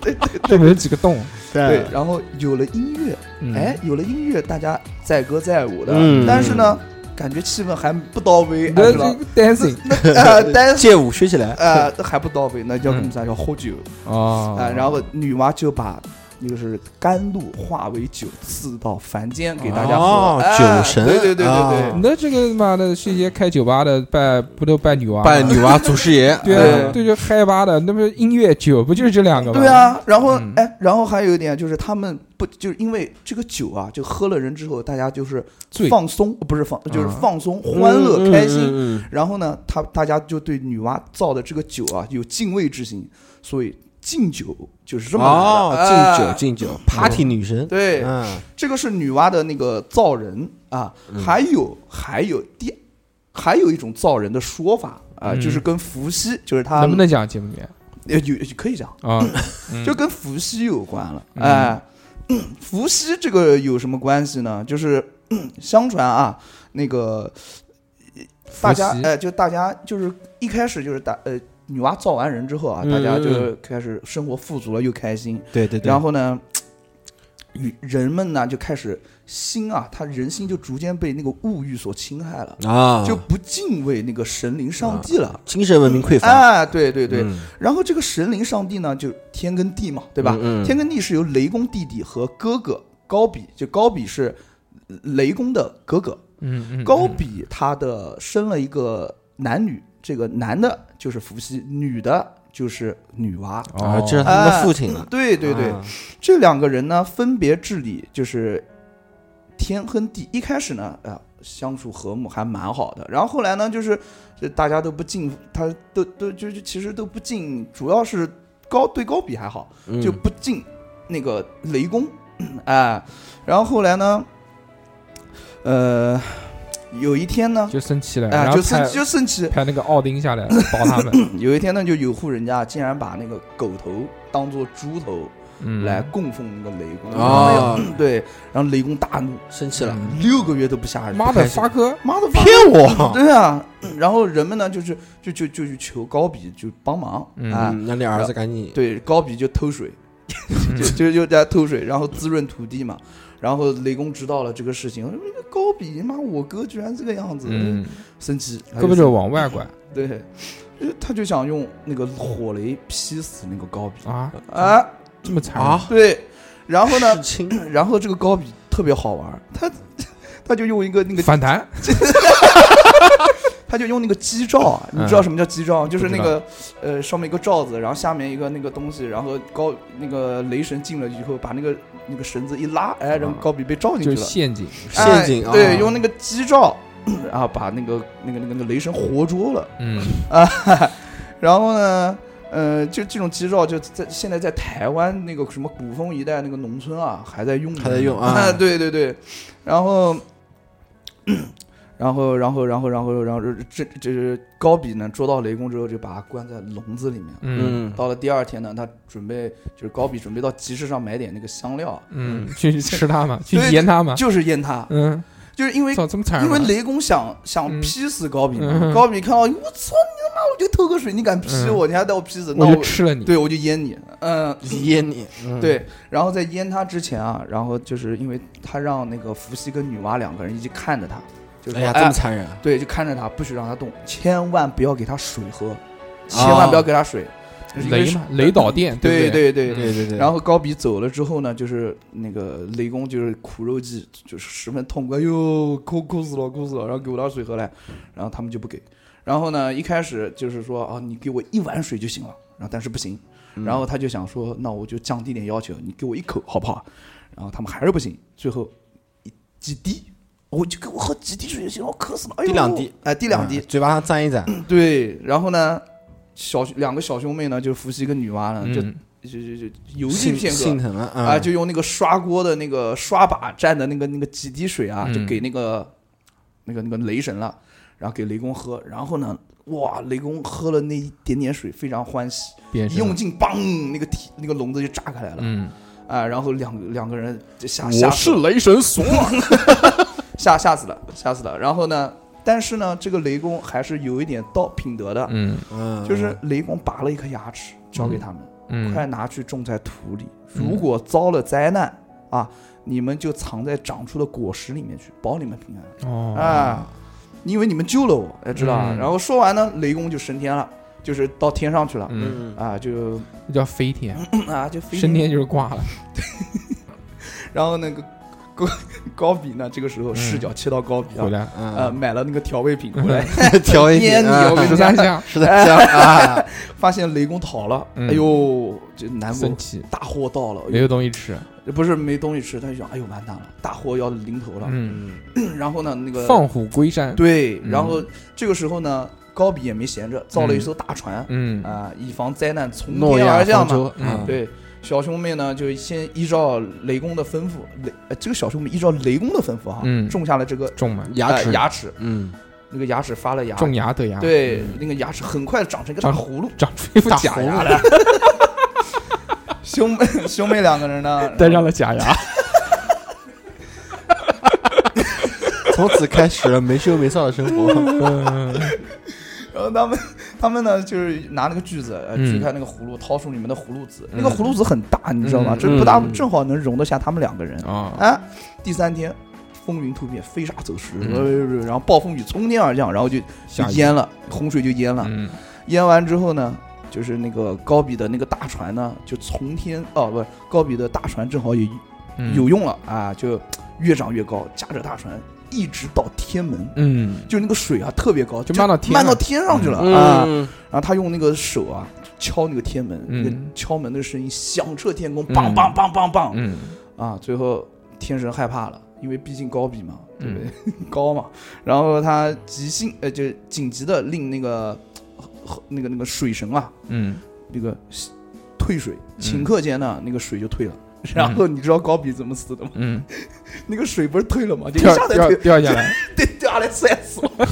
Speaker 1: 对对，里面有几个洞，
Speaker 2: 对，然后有了音乐，
Speaker 1: 嗯
Speaker 2: 哎，，有了音乐，大家载歌载舞的，
Speaker 3: 嗯
Speaker 2: 但是呢，感觉气氛还不到位，哎
Speaker 1: 那
Speaker 2: 是吧？
Speaker 1: 这个 dancing
Speaker 2: 呃，但是
Speaker 3: 街舞学起来，
Speaker 2: 呃还不到位，那叫干啥？叫喝酒
Speaker 1: 哦
Speaker 2: 啊。然后女娲就把那个是甘露化为酒，赐到凡间给大家喝
Speaker 3: 哦。
Speaker 2: 哎
Speaker 3: 酒神
Speaker 2: 对对对对
Speaker 3: 啊
Speaker 2: 对，
Speaker 1: 那这个妈的是一些开酒吧的拜不都拜女娲吗？啊
Speaker 3: 拜女娲祖师 爷。
Speaker 1: 对
Speaker 2: 对
Speaker 1: 啊，对，就嗨吧的，那不是音乐酒不就是这两个吗？
Speaker 2: 对，啊，然后
Speaker 1: 嗯
Speaker 2: 哎，然后还有一点就是他们不就是因为这个酒啊，就喝了人之后，大家就是
Speaker 1: 醉
Speaker 2: 放松，不是放就是
Speaker 1: 嗯
Speaker 2: 放松、欢
Speaker 3: 啊
Speaker 2: 乐、
Speaker 3: 嗯
Speaker 2: 开心。，
Speaker 3: 嗯嗯
Speaker 2: 然后呢，他大家就对女娲造的这个酒啊有敬畏之心，所以敬酒就是
Speaker 3: 嗯
Speaker 2: 这么来的
Speaker 3: 哦，敬
Speaker 2: 哎
Speaker 3: 酒敬酒，party 女神。
Speaker 2: 对，
Speaker 3: 嗯，
Speaker 2: 这个是女娲的那个造人啊，还有还有第，还有一种造人的说法啊，
Speaker 1: 嗯
Speaker 2: 就是跟伏羲，就是他
Speaker 1: 能不能讲节目里面
Speaker 2: 呃有可以讲，
Speaker 1: 啊？
Speaker 2: 嗯
Speaker 3: 嗯
Speaker 2: 就跟伏羲有关了。
Speaker 1: 嗯
Speaker 2: 哎，伏羲这个有什么关系呢？就是嗯相传啊，那个大家
Speaker 1: 伏羲
Speaker 2: 哎，就大家就是一开始就是大呃女娲造完人之后啊，
Speaker 3: 嗯
Speaker 2: 大家就
Speaker 3: 嗯
Speaker 2: 开始生活富足了，又开心。
Speaker 3: 对对对。
Speaker 2: 然后呢，与人们呢就开始心啊，他人心就逐渐被那个物欲所侵害了，
Speaker 3: 啊，
Speaker 2: 就不敬畏那个神灵上帝了。
Speaker 3: 精神文明匮乏，
Speaker 2: 哎，对对对，
Speaker 3: 嗯
Speaker 2: 然后这个神灵上帝呢，就天跟地嘛，对吧？
Speaker 3: 嗯嗯
Speaker 2: 天跟地是由雷公弟弟和哥哥高比，就高比是呃雷公的哥哥，
Speaker 1: 嗯嗯，
Speaker 2: 高
Speaker 1: 嗯
Speaker 2: 比他的生了一个男女，这个男的就是伏羲，女的就是女娲。
Speaker 3: 啊，
Speaker 1: 哦，
Speaker 3: 这是他们的父亲了。
Speaker 2: 对哎对对，
Speaker 3: 啊
Speaker 2: 这两个人呢，分别治理就是天和地。一开始呢，啊、相处和睦还蛮好的。然后后来呢，就是呃大家都不敬，他都都就就其实都不敬，主要是高对高比还好，
Speaker 3: 嗯
Speaker 2: 就不敬那个雷公，
Speaker 1: 嗯
Speaker 2: 哎、然后后来呢，呃，有一天呢，
Speaker 1: 就生气了，
Speaker 2: 哎、
Speaker 1: 然后
Speaker 2: 就生
Speaker 1: 派
Speaker 2: 就生气，
Speaker 1: 派那个奥丁下来保他们，
Speaker 2: 有一天呢，就有户人家竟然把那个狗头当做猪头
Speaker 1: 嗯
Speaker 2: 来供奉那个雷公，
Speaker 3: 啊，
Speaker 2: 对，然后雷公大怒，
Speaker 3: 生气了，
Speaker 1: 嗯
Speaker 2: 六个月都不下人，
Speaker 1: 妈
Speaker 2: 不
Speaker 1: 的
Speaker 2: 开心
Speaker 1: 发哥，
Speaker 2: 妈的发
Speaker 3: 骗我。
Speaker 2: 对啊， 然后人们呢就是就就就去求高比就帮忙
Speaker 1: 嗯
Speaker 2: 啊，
Speaker 3: 嗯，让你儿子赶紧
Speaker 2: 对，高比就偷水，就
Speaker 1: 嗯
Speaker 2: 就就在偷水，然后滋润土地嘛。然后雷公知道了这个事情，高比妈我哥居然这个样子，
Speaker 1: 嗯，
Speaker 2: 生气，他
Speaker 1: 胳膊
Speaker 2: 生
Speaker 1: 肘往外拐
Speaker 2: 对，就他就想用那个火雷劈死那个高比
Speaker 1: 啊，
Speaker 2: 啊，
Speaker 1: 这么残忍
Speaker 3: 啊，
Speaker 2: 对，然后呢
Speaker 3: 事，情
Speaker 2: 然后这个高比特别好玩儿，他 他就用一个那个
Speaker 1: 反弹，
Speaker 2: 他就用那个鸡罩啊，
Speaker 1: 嗯
Speaker 2: 你知道什么叫鸡罩？就是
Speaker 1: 不知
Speaker 2: 那
Speaker 1: 道
Speaker 2: 个呃上面一个罩子，然后下面一个那个东西，然后高那个雷神进了以后，把那个那个绳子一拉，哎，
Speaker 1: 啊
Speaker 2: 然后高比被罩进
Speaker 1: 就
Speaker 2: 去
Speaker 1: 是
Speaker 2: 了。
Speaker 1: 陷阱，
Speaker 3: 陷
Speaker 2: 哎
Speaker 3: 阱啊，
Speaker 2: 对，用那个鸡罩， 然后把那个那个那个那个雷神活捉了。
Speaker 1: 嗯
Speaker 2: 然后呢，呃，就这种鸡罩就在现在在台湾那个什么古风一带那个农村啊，还在用呢，
Speaker 3: 还在用啊
Speaker 2: 对对对，然后。然后，然后，然后，然后，然后，这这这高比呢捉到雷公之后，就把他关在笼子里面。
Speaker 1: 嗯
Speaker 3: 嗯，
Speaker 2: 到了第二天呢，他准备就是高比准备到集市上买点那个香料，
Speaker 1: 嗯，去吃它嘛，去
Speaker 2: 对
Speaker 1: 腌它嘛，
Speaker 2: 就是腌他。
Speaker 1: 嗯
Speaker 2: 就是因为
Speaker 1: 操，这么惨啊，
Speaker 2: 因为雷公想想
Speaker 1: 嗯
Speaker 2: 劈死高比嘛，
Speaker 1: 嗯
Speaker 2: 高比看到我操你他妈，我就偷个水，你敢劈我，你还带我劈死，那
Speaker 1: 我就
Speaker 2: 我
Speaker 1: 吃了你。
Speaker 2: 哦对我就淹你，嗯，
Speaker 3: 淹你，嗯，
Speaker 2: 对，然后在淹他之前啊，然后就是因为他让那个伏羲跟女娲两个人一起看着他，就是
Speaker 3: 哎
Speaker 2: 说
Speaker 3: 呀，这么残忍，
Speaker 2: 对，就看着他，不许让他动，千万不要给他水喝，千万不要给他水，就是因为
Speaker 1: 雷
Speaker 2: 是
Speaker 1: 嘛，雷导电，
Speaker 2: 对
Speaker 1: 不对
Speaker 2: 对对
Speaker 1: 嗯
Speaker 3: 对对对，
Speaker 2: 然
Speaker 3: 后
Speaker 2: 后高比走了之后呢，就是那个雷公就是苦肉计，就是十分痛苦，哎呦，哭哭死了，哭死了，然后给我点水喝来，然后他们就不给。然后呢，一开始就是说啊，你给我一碗水就行了，然后但是不行，然后他就想说，那我就降低点要求，你给我一口好不好？然后他们还是不行，最后一几滴，我就给我喝几滴水就行了，我渴死了，哎呦，
Speaker 3: 滴两滴，
Speaker 2: 哎，滴两滴，
Speaker 3: 啊嘴巴上沾一沾，
Speaker 2: 对，然后呢，小两个小兄妹呢，就是伏羲跟女娲呢，
Speaker 1: 嗯
Speaker 2: 就就就就游戏
Speaker 3: 心
Speaker 2: 片刻，
Speaker 3: 心疼了
Speaker 2: 啊、
Speaker 3: 啊，
Speaker 2: 就用那个刷锅的那个刷把蘸的那个那个几滴水啊，
Speaker 1: 嗯
Speaker 2: 就给那个、那个那个雷神了，然后给雷公喝，然后呢，哇，雷公喝了那一点点水，非常欢喜，
Speaker 1: 变
Speaker 2: 一
Speaker 1: 身
Speaker 2: 用劲，梆，那个体那个笼子就炸开来了，
Speaker 1: 嗯，
Speaker 2: 啊、然后两两个人就吓吓
Speaker 1: 我
Speaker 2: 死
Speaker 1: 是
Speaker 2: 了，
Speaker 1: 雷神索尔，
Speaker 2: 吓吓死了，吓死了，然后呢，但是呢，这个雷公还是有一点道品德的，
Speaker 1: 嗯
Speaker 3: 嗯，
Speaker 2: 就是雷公拔了一颗牙齿交给他们。快
Speaker 1: 嗯，
Speaker 2: 拿去种在土里。
Speaker 1: 嗯
Speaker 2: 如果遭了灾难啊，你们就藏在长出的果实里面去，保你们平安
Speaker 1: 哦，
Speaker 2: 啊！因为你们救了我，哎，知道吧？
Speaker 1: 嗯
Speaker 2: 然后说完呢，雷公就升天了，就是到天上去了
Speaker 1: 嗯，
Speaker 3: 嗯，
Speaker 2: 啊，就
Speaker 1: 这叫飞天，
Speaker 2: 啊就飞
Speaker 1: 升。天就是挂了，
Speaker 2: 然后那个 高高比呢，这个时候视角切到高比啊
Speaker 1: 嗯回，来嗯
Speaker 2: 呃，
Speaker 3: 嗯
Speaker 2: 买了那个调味品回来，
Speaker 3: 调一
Speaker 2: 呃捏
Speaker 3: 点
Speaker 2: 你
Speaker 3: 啊
Speaker 2: 我跟你哎
Speaker 1: 十
Speaker 2: 说
Speaker 1: 三下，
Speaker 3: 是的，这样 啊，
Speaker 2: 发现雷公逃了，
Speaker 1: 嗯
Speaker 2: 哎呦，这难过
Speaker 1: 生，气，哎
Speaker 2: 大祸到了，哎
Speaker 1: 没有东西吃，
Speaker 2: 不是没东西吃，他就想，哎呦完蛋了，大祸要临头了。
Speaker 1: 嗯，
Speaker 3: 嗯，
Speaker 2: 然后呢，那个
Speaker 1: 放虎归山，
Speaker 2: 对，
Speaker 1: 嗯
Speaker 2: 然后这个时候呢，高比也没闲着，造了一艘大船啊、
Speaker 1: 嗯，
Speaker 2: 以防灾难从
Speaker 3: 诺
Speaker 2: 天
Speaker 3: 亚
Speaker 2: 而
Speaker 3: 方
Speaker 2: 降嘛。
Speaker 3: 舟，
Speaker 1: 嗯
Speaker 3: 嗯，
Speaker 2: 对，小兄妹呢就先依照雷公的吩咐，雷、呃、这个小兄妹依照雷公的吩咐哈、
Speaker 1: 嗯
Speaker 2: 种下了这个
Speaker 1: 种嘛，
Speaker 3: 牙
Speaker 2: 呃
Speaker 3: 齿，
Speaker 2: 牙齿，
Speaker 3: 嗯，
Speaker 2: 那个牙齿发了芽，
Speaker 1: 种牙得牙，，
Speaker 2: 啊
Speaker 1: 嗯
Speaker 2: 对，那个牙齿很快长成一个大
Speaker 1: 长
Speaker 2: 葫芦。
Speaker 1: 长 出一副假牙来，
Speaker 2: 兄妹兄妹两个人呢，
Speaker 1: 戴上了假牙，
Speaker 3: 从此开始了没羞没臊的生活，
Speaker 2: 然后他们他们呢就是拿那个锯子呃
Speaker 1: 嗯
Speaker 2: 锯开那个葫芦，掏出里面的葫芦籽，那
Speaker 1: 嗯
Speaker 2: 个葫芦籽很大，你知道吗？
Speaker 1: 嗯
Speaker 2: 这不大
Speaker 3: 嗯
Speaker 2: 正好能容得下他们两个人。
Speaker 1: 啊，
Speaker 2: 啊，第三天风云突变，飞沙走石，呃
Speaker 1: 嗯
Speaker 2: 然后暴风雨从天而降，然后就就
Speaker 1: 下雨
Speaker 2: 淹了，洪水就淹了。
Speaker 1: 嗯，
Speaker 2: 淹完之后呢，就是那个高比的那个大船呢，就从天哦，不是高比的大船正好也
Speaker 1: 嗯
Speaker 2: 有，用了啊，就越长越高，驾着大船一直到天门。
Speaker 1: 嗯，
Speaker 2: 就那个水啊，特别高，
Speaker 1: 就漫到天
Speaker 2: 漫到
Speaker 1: 了
Speaker 2: 天上去了、啊！
Speaker 3: 嗯，
Speaker 2: 然后他用那个手啊敲那个天门，
Speaker 1: 嗯
Speaker 2: 那个敲门的声音响彻天空，
Speaker 1: 嗯
Speaker 2: 梆梆梆梆梆，
Speaker 1: 嗯，
Speaker 2: 啊，最后天神害怕了，因为毕竟高比嘛，对不
Speaker 1: 嗯
Speaker 2: 对？高嘛，然后他急性呃，就紧急的令那个呃那个那个水神啊，
Speaker 1: 嗯，
Speaker 2: 那个退水，顷刻间呢，那个水就退了。 然
Speaker 1: 嗯
Speaker 2: 后你知道高比怎么死的吗？
Speaker 1: 嗯，
Speaker 2: 那个水不是退了吗？就一
Speaker 1: 掉
Speaker 2: 下子
Speaker 1: 掉
Speaker 2: 退，
Speaker 1: 掉下 来，
Speaker 2: 对，掉下来摔死了，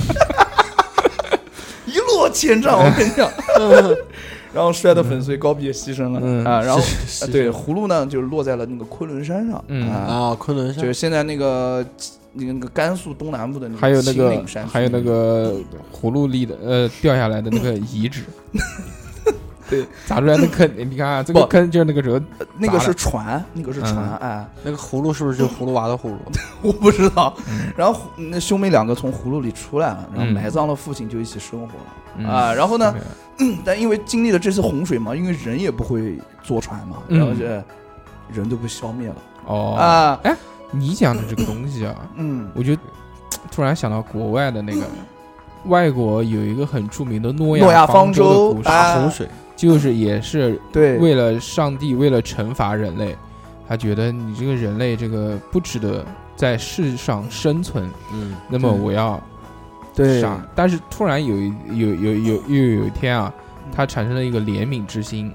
Speaker 2: 一落千丈，我跟你讲。 然后摔得粉碎，高比也牺牲了、
Speaker 1: 嗯
Speaker 2: 啊。然后
Speaker 3: 是
Speaker 2: 啊对，葫芦呢，就落在了那个昆仑山上、
Speaker 1: 嗯
Speaker 2: 啊。
Speaker 3: 啊，昆仑山
Speaker 2: 就是现在那个那个那个甘肃东南部的那个
Speaker 1: 还有那
Speaker 2: 秦
Speaker 1: 个
Speaker 2: 岭山区，
Speaker 1: 还有那个葫芦里的呃掉下来的那个遗址，
Speaker 2: 对，
Speaker 1: 砸出来的坑， 你看啊，这个
Speaker 2: 不
Speaker 1: 坑就是那个时候，
Speaker 2: 呃那个
Speaker 1: 砸
Speaker 2: 是
Speaker 1: 了
Speaker 2: 船，那个是船，
Speaker 1: 嗯
Speaker 2: 哎，
Speaker 3: 那个葫芦是不是就葫芦娃的葫芦？
Speaker 2: 我不知道。 然后葫那兄妹两个从葫芦里出来了，然后
Speaker 1: 嗯
Speaker 2: 埋葬了父亲，就一起生活了、
Speaker 1: 嗯
Speaker 2: 啊。然后呢，，但因为经历了这次洪水嘛，因为人也不会坐船嘛，
Speaker 1: 嗯
Speaker 2: 然后就人都被消灭了、
Speaker 1: 哦，
Speaker 2: 啊。
Speaker 1: 你讲的这个东西啊，
Speaker 2: 嗯
Speaker 1: 我就突然想到国外的那个，外国有一个很著名的诺
Speaker 2: 诺亚
Speaker 1: 方
Speaker 2: 方
Speaker 1: 舟的
Speaker 2: 舟
Speaker 1: 故事，
Speaker 2: 啊
Speaker 3: 大洪水，
Speaker 1: 就是也是
Speaker 2: 对
Speaker 1: 为了上帝，为了惩罚人类，他觉得你这个人类这个不值得在世上生存，
Speaker 3: 嗯，
Speaker 1: 那么
Speaker 2: 对
Speaker 1: 我要
Speaker 2: 对
Speaker 1: 杀。但是突然有一有有有又有一天啊，
Speaker 2: 嗯
Speaker 1: 他产生了一个怜悯之心，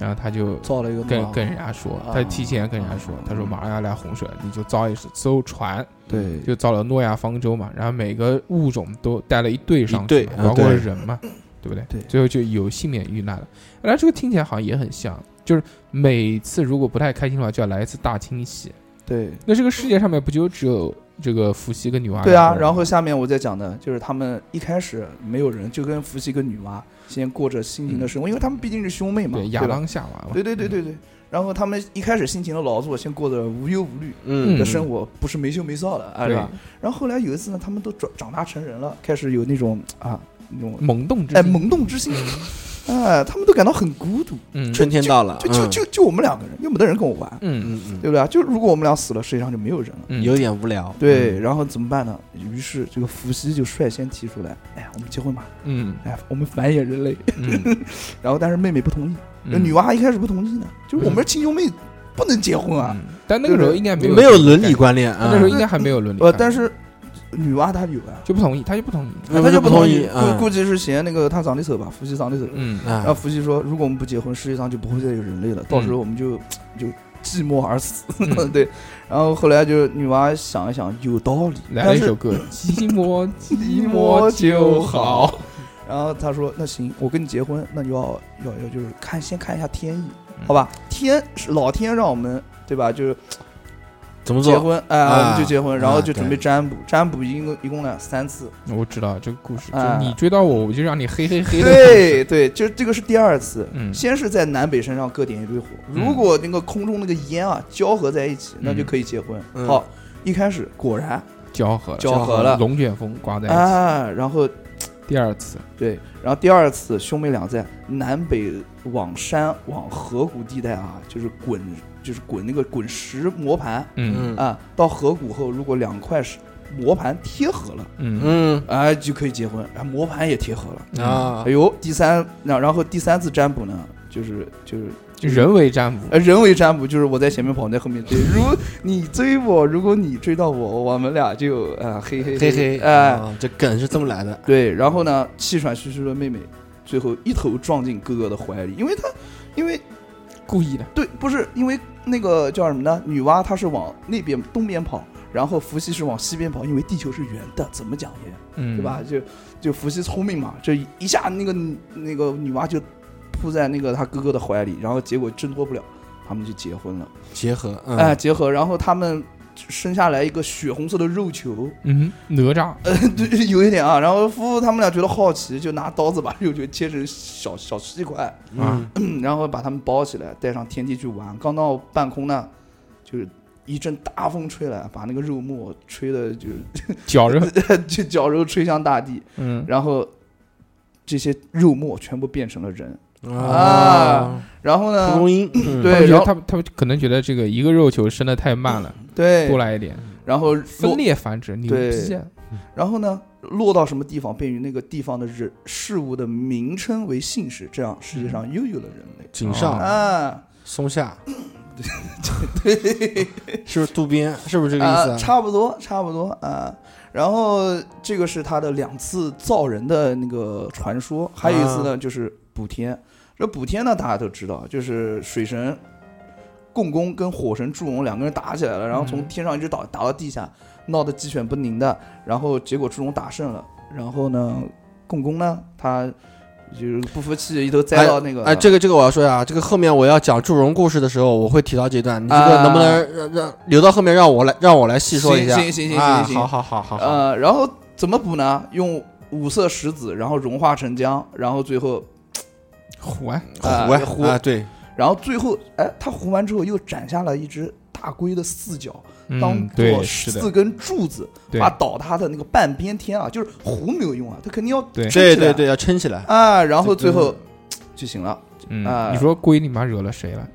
Speaker 1: 然后他就
Speaker 2: 造了一个诺亚
Speaker 1: 跟跟人家说，
Speaker 2: 啊
Speaker 1: 他提前跟人家说
Speaker 2: 嗯，
Speaker 1: 他说马上要来洪水，你就造一艘船，
Speaker 2: 对
Speaker 1: 就造了诺亚方舟嘛，然后每个物种都带了一队上
Speaker 3: 一
Speaker 1: 去
Speaker 3: 队
Speaker 1: 嘛，
Speaker 3: 啊
Speaker 1: 包括
Speaker 3: 对
Speaker 1: 人嘛，对不对？
Speaker 2: 对
Speaker 1: 最后就有幸免遇难了。哎，这个听起来好像也很像，就是每次如果不太开心的话，就要来一次大清洗。
Speaker 2: 对
Speaker 1: 那这个世界上面不就只有这个伏羲跟女娲。
Speaker 2: 对啊，
Speaker 1: 两个人
Speaker 2: 然后下面我再讲的就是他们一开始没有人，就跟伏羲跟女娲先过着心情的生活，因为他们毕竟是兄妹嘛，
Speaker 1: 嗯对
Speaker 2: 对
Speaker 1: 亚
Speaker 2: 吧？
Speaker 1: 当夏娃嘛，
Speaker 2: 对对对对对。然后他们一开始辛勤的劳作，先过着无忧无虑
Speaker 3: 嗯
Speaker 2: 的生活，不是没羞没臊的，啊，
Speaker 1: 对
Speaker 2: 是吧？然后后来有一次呢，他们都长长大成人了，开始有那种啊那种
Speaker 1: 萌动之
Speaker 2: 哎
Speaker 1: 心
Speaker 2: 萌动之心，哎，他们都感到很孤独，
Speaker 1: 嗯
Speaker 3: 春天到了，
Speaker 2: 就就
Speaker 3: 嗯
Speaker 2: 就就我们两个人，又没得人跟我玩，
Speaker 1: 嗯
Speaker 3: 嗯嗯
Speaker 2: 对不对啊？就如果我们俩死了，世界上就没有人了。
Speaker 1: 嗯
Speaker 3: 嗯，有点无聊，
Speaker 2: 对，然后怎么办呢？于是这个伏羲就率先提出来，哎呀，我们结婚吧，
Speaker 1: 嗯
Speaker 2: 哎，我们繁衍人类。
Speaker 1: 嗯，
Speaker 2: 然后但是妹妹不同意，
Speaker 1: 嗯
Speaker 2: 女娲一开始不同意呢，就是我
Speaker 1: 嗯
Speaker 2: 们是亲兄妹，不能结婚啊。
Speaker 1: 嗯但那个时候应该没有
Speaker 3: 没有伦
Speaker 1: 这
Speaker 3: 理
Speaker 1: 个
Speaker 3: 观念
Speaker 1: 概念，
Speaker 3: 啊
Speaker 1: 那时，候应该还没有伦理
Speaker 2: 呃，
Speaker 1: 观念，
Speaker 2: 但是女娲她有啊，哎
Speaker 1: 就不同意，他就不同意，
Speaker 3: 嗯
Speaker 2: 她就不同意，
Speaker 3: 不同意嗯
Speaker 2: 估估计是嫌那个她长得丑吧，伏羲长得丑。
Speaker 1: 嗯
Speaker 2: 然后
Speaker 3: 啊，
Speaker 2: 伏羲说，如果我们不结婚，世界上就不会再有人类了，到时候我们就就寂寞而死。
Speaker 1: 嗯
Speaker 2: 对，然后后来就是女娲想一想，有道理，
Speaker 1: 来了
Speaker 2: 但
Speaker 1: 一
Speaker 2: 是
Speaker 1: 首歌，寂寞寂
Speaker 2: 寞
Speaker 1: 寞
Speaker 2: 就
Speaker 1: 就
Speaker 2: 好
Speaker 1: 好，
Speaker 2: 然后他说：“那行，我跟你结婚，那就要要要就是看先看一下天意，好吧？天是老天让我们对吧？就是
Speaker 3: 怎么
Speaker 2: 结
Speaker 3: 做？
Speaker 2: 婚，哎、
Speaker 3: 啊
Speaker 2: 我们就结婚，然后就
Speaker 3: 啊
Speaker 2: 准备占卜，占卜一共一共呢三次，
Speaker 1: 我知道这个故事，就
Speaker 2: 啊
Speaker 1: 你追到我，我就让你嘿嘿嘿的故事，
Speaker 2: 对对，就这个是第二次。”
Speaker 1: 嗯
Speaker 2: 先是在南北身上各点一堆火，
Speaker 1: 嗯
Speaker 2: 如果那个空中那个烟啊交合在一起，那就可以结婚。
Speaker 3: 嗯
Speaker 2: 好，一开始果然
Speaker 1: 交合了
Speaker 2: 交合了
Speaker 1: 龙卷风刮在一
Speaker 2: 啊，然后
Speaker 1: 起，第二次，
Speaker 2: 对，然后第二次兄妹俩在南北往山往河谷地带啊，就是滚，就是滚那个滚石磨盘
Speaker 1: 嗯
Speaker 3: 嗯
Speaker 2: 啊，到河谷后，如果两块石磨盘贴合了，
Speaker 1: 嗯
Speaker 3: 嗯
Speaker 2: 哎、就可以结婚，啊，磨盘也贴合了，
Speaker 1: 嗯
Speaker 3: 啊
Speaker 2: 哎，呦，第三，然然后第三次占卜呢，就是就是就是
Speaker 1: 人为占卜，
Speaker 2: 呃，人为占卜就是我在前面跑，你在后面追。如你追我，如果你追到我，我们俩就啊、嘿嘿
Speaker 3: 嘿
Speaker 2: 嘿
Speaker 3: 嘿，
Speaker 2: 哎、
Speaker 3: 啊，这梗是这么来的，
Speaker 2: 对，然后呢，气喘吁吁的妹妹最后一头撞进哥哥的怀里，因为她，因为
Speaker 1: 故意的，
Speaker 2: 对，不是因为那个叫什么呢？女娲她是往那边东边跑，然后伏羲是往西边跑，因为地球是圆的，怎么讲也
Speaker 1: 嗯，
Speaker 2: 对吧？？就就伏羲聪明嘛，这一下那个那个女娲就扑在那个她哥哥的怀里，然后结果挣脱不了，他们就结婚了，
Speaker 3: 结合，嗯
Speaker 2: 哎，，结合，然后他们生下来一个血红色的肉球，
Speaker 1: 嗯，哪吒，
Speaker 2: 呃对， 有一点啊。然后夫妇他们俩觉得好奇，就拿刀子把肉球切成小小细块，
Speaker 3: 嗯
Speaker 2: 嗯然后把他们包起来，带上天梯去玩。刚到半空呢，就是一阵大风吹来，把那个肉沫吹的就
Speaker 1: 绞 肉，
Speaker 2: 就绞肉吹向大地，
Speaker 1: 嗯，
Speaker 2: 然后这些肉沫全部变成了人。
Speaker 3: 啊，
Speaker 2: 然后
Speaker 3: 蒲
Speaker 2: 呢，
Speaker 3: 公英，
Speaker 1: 他
Speaker 3: 嗯
Speaker 2: 对，
Speaker 1: 们觉
Speaker 2: 然
Speaker 1: 得
Speaker 2: 后嗯
Speaker 1: 他们他们可能觉得这个一个肉球生的太慢了，多
Speaker 2: 对，
Speaker 1: 来一点，
Speaker 2: 然后落
Speaker 1: 分裂繁殖，牛
Speaker 2: 对
Speaker 1: 逼啊，
Speaker 2: 然后呢，落到什么地方，便与那个地方的人事物的名称为姓氏，这样世界上又有了人类。
Speaker 3: 井上、
Speaker 2: 啊，
Speaker 3: 松下， 对，是不是渡边？是不是这个
Speaker 2: 啊，
Speaker 3: 意思啊？
Speaker 2: 差不多，差不多啊。然后这个是他的两次造人的那个传说，还有一次
Speaker 3: 啊
Speaker 2: 呢，就是补天。这补天呢，大家都知道，就是水神共工跟火神祝融两个人打起来了，然后从
Speaker 1: 嗯
Speaker 2: 天上一直打打到地下，闹得鸡犬不宁的。然后结果祝融打胜了，然后呢，共工呢，他就是不服气，一头栽到那个
Speaker 3: 哎，这个这个我要说呀，这个后面我要讲祝融故事的时候，我会提到这段，你这个
Speaker 2: 啊
Speaker 3: 能不能让让留到后面让我来让我来细说一下？
Speaker 2: 行行行行
Speaker 3: 啊
Speaker 2: 行行
Speaker 3: 好好好好好，
Speaker 2: 呃，然后怎么补呢？用五色石子，然后融化成浆，然后最后，
Speaker 1: 虎啊，
Speaker 2: 呃
Speaker 3: 虎啊
Speaker 2: 虎
Speaker 3: 啊，对，
Speaker 2: 然后最后，哎，他糊完之后又斩下了一只大龟的四脚，
Speaker 1: 嗯
Speaker 2: 当
Speaker 1: 对
Speaker 2: 做
Speaker 1: 是
Speaker 2: 四
Speaker 1: 的，
Speaker 2: 根柱子，
Speaker 1: 对
Speaker 2: 把倒塌的那个半边天啊，就是糊没有用啊，他肯定要
Speaker 1: 对
Speaker 2: 撑起来
Speaker 3: 对对对，要撑起来。
Speaker 2: 啊，然后最
Speaker 3: 这
Speaker 2: 后
Speaker 3: 个
Speaker 2: 就行了。
Speaker 1: 嗯，
Speaker 2: 啊
Speaker 1: 你说龟你妈惹了谁了？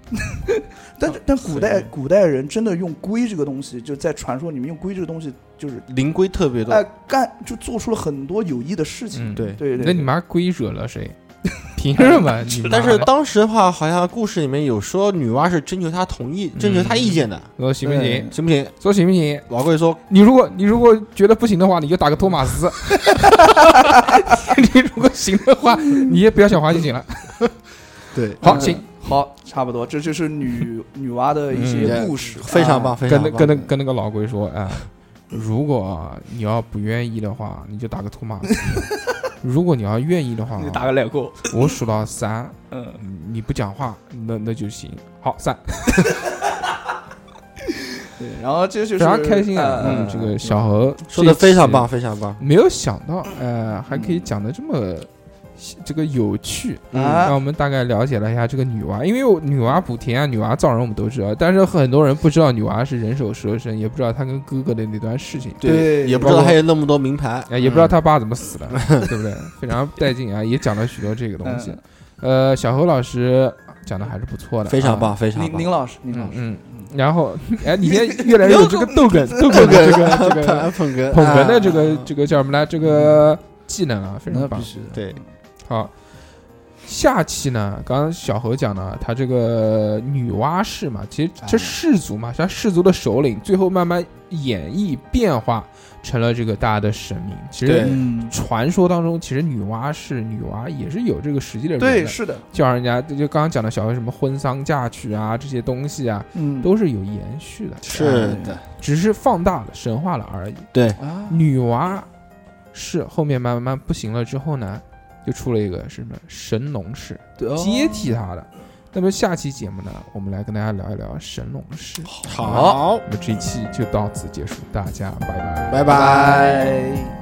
Speaker 2: 但是但古代
Speaker 3: 是
Speaker 2: 古代人真的用龟这个东西，就在传说里面用龟这个东西，就是
Speaker 3: 灵龟特别
Speaker 2: 哎
Speaker 3: 多，
Speaker 2: 干就做出了很多有益的事情。
Speaker 1: 嗯，
Speaker 3: 对
Speaker 2: 对对，
Speaker 1: 那你妈龟惹了谁？ 凭什么？你妈
Speaker 3: 但是
Speaker 1: 的
Speaker 3: 当时的话，好像故事里面有说女娲是征求他同意、
Speaker 2: 嗯
Speaker 3: 征求他意见的，
Speaker 1: 说行不
Speaker 2: 对
Speaker 1: 行？
Speaker 3: 行不行？
Speaker 1: 说行不行？
Speaker 3: 老贵说
Speaker 1: 你如果你如果觉得不行的话，你就打个托马斯。 你如果行的话，你也不要想滑就行了。
Speaker 3: 对，
Speaker 1: 好，
Speaker 2: 嗯
Speaker 1: 行，
Speaker 2: 好，差不多，这就是女女娲的一些
Speaker 3: 嗯
Speaker 2: 故事，
Speaker 3: 非常棒，
Speaker 2: 啊。
Speaker 3: 非
Speaker 1: 跟
Speaker 3: 常
Speaker 1: 那
Speaker 3: 棒。
Speaker 1: 跟那跟那个老龟说啊，如果你要不愿意的话，你就打个托马斯。 如果你要愿意的话，
Speaker 2: 你打个奶扣，
Speaker 1: 我数到三，
Speaker 2: 嗯，
Speaker 1: 你不讲话，那那就行。好，三。
Speaker 2: 对，然后这就是
Speaker 1: 非常开心啊！
Speaker 2: 呃
Speaker 1: 嗯这个小何
Speaker 3: 说的非常
Speaker 1: 这一期
Speaker 3: 棒，非常棒。
Speaker 1: 没有想到，呃，还可以讲的这么这个有趣，
Speaker 3: 嗯
Speaker 1: 让
Speaker 2: 啊，
Speaker 1: 我们大概了解了一下这个女娲。因为我女娲补天啊，女娲造人我们都知道，但是很多人不知道女娲是人首蛇身，也不知道她跟哥哥的那段事情。
Speaker 2: 对
Speaker 3: 也不知道还有那么多名牌，
Speaker 1: 哎，也不知道他爸怎么死的，对不对？非常带劲啊，也讲了许多这个东
Speaker 2: 嗯
Speaker 1: 西。呃，小侯老师讲的还是不错的，
Speaker 3: 非常
Speaker 1: 啊。
Speaker 3: 棒，非常
Speaker 2: 宁
Speaker 3: 棒。
Speaker 2: 宁老师，宁
Speaker 1: 嗯
Speaker 2: 老师，
Speaker 1: 嗯，然后 哎，你现在越来越有这个逗哏、逗哏的这个这个
Speaker 3: 捧哏，
Speaker 1: 捧哏的这个
Speaker 3: 啊
Speaker 1: 这个叫什么来？这个技能啊，非
Speaker 2: 那
Speaker 1: 常棒
Speaker 2: 必。须的，
Speaker 3: 对，
Speaker 1: 好，下期呢，刚刚小侯讲了，他这个女娲氏嘛，其实
Speaker 2: 哎
Speaker 1: 这氏族嘛，是他氏族的首领，最后慢慢演绎变化成了这个大家的神明。其实
Speaker 3: 对
Speaker 2: 嗯，
Speaker 1: 传说当中，其实女娲是女娲，也是有这个实际的人的
Speaker 2: 对，是的，
Speaker 1: 叫人家就刚刚讲的小孩什么婚丧嫁娶啊这些东西啊，
Speaker 2: 嗯，
Speaker 1: 都是有延续的，嗯
Speaker 3: 是的，
Speaker 1: 只是放大了、神话了而已。
Speaker 3: 对，
Speaker 2: 啊，
Speaker 1: 女娲是后面慢慢慢不行了之后呢，就出了一个什么神农氏
Speaker 2: 对哦
Speaker 1: 接替她的。那么下期节目呢，我们来跟大家聊一聊神农氏。
Speaker 3: 好，
Speaker 1: 那么这一期就到此结束，大家拜拜。
Speaker 3: 拜
Speaker 2: 拜。拜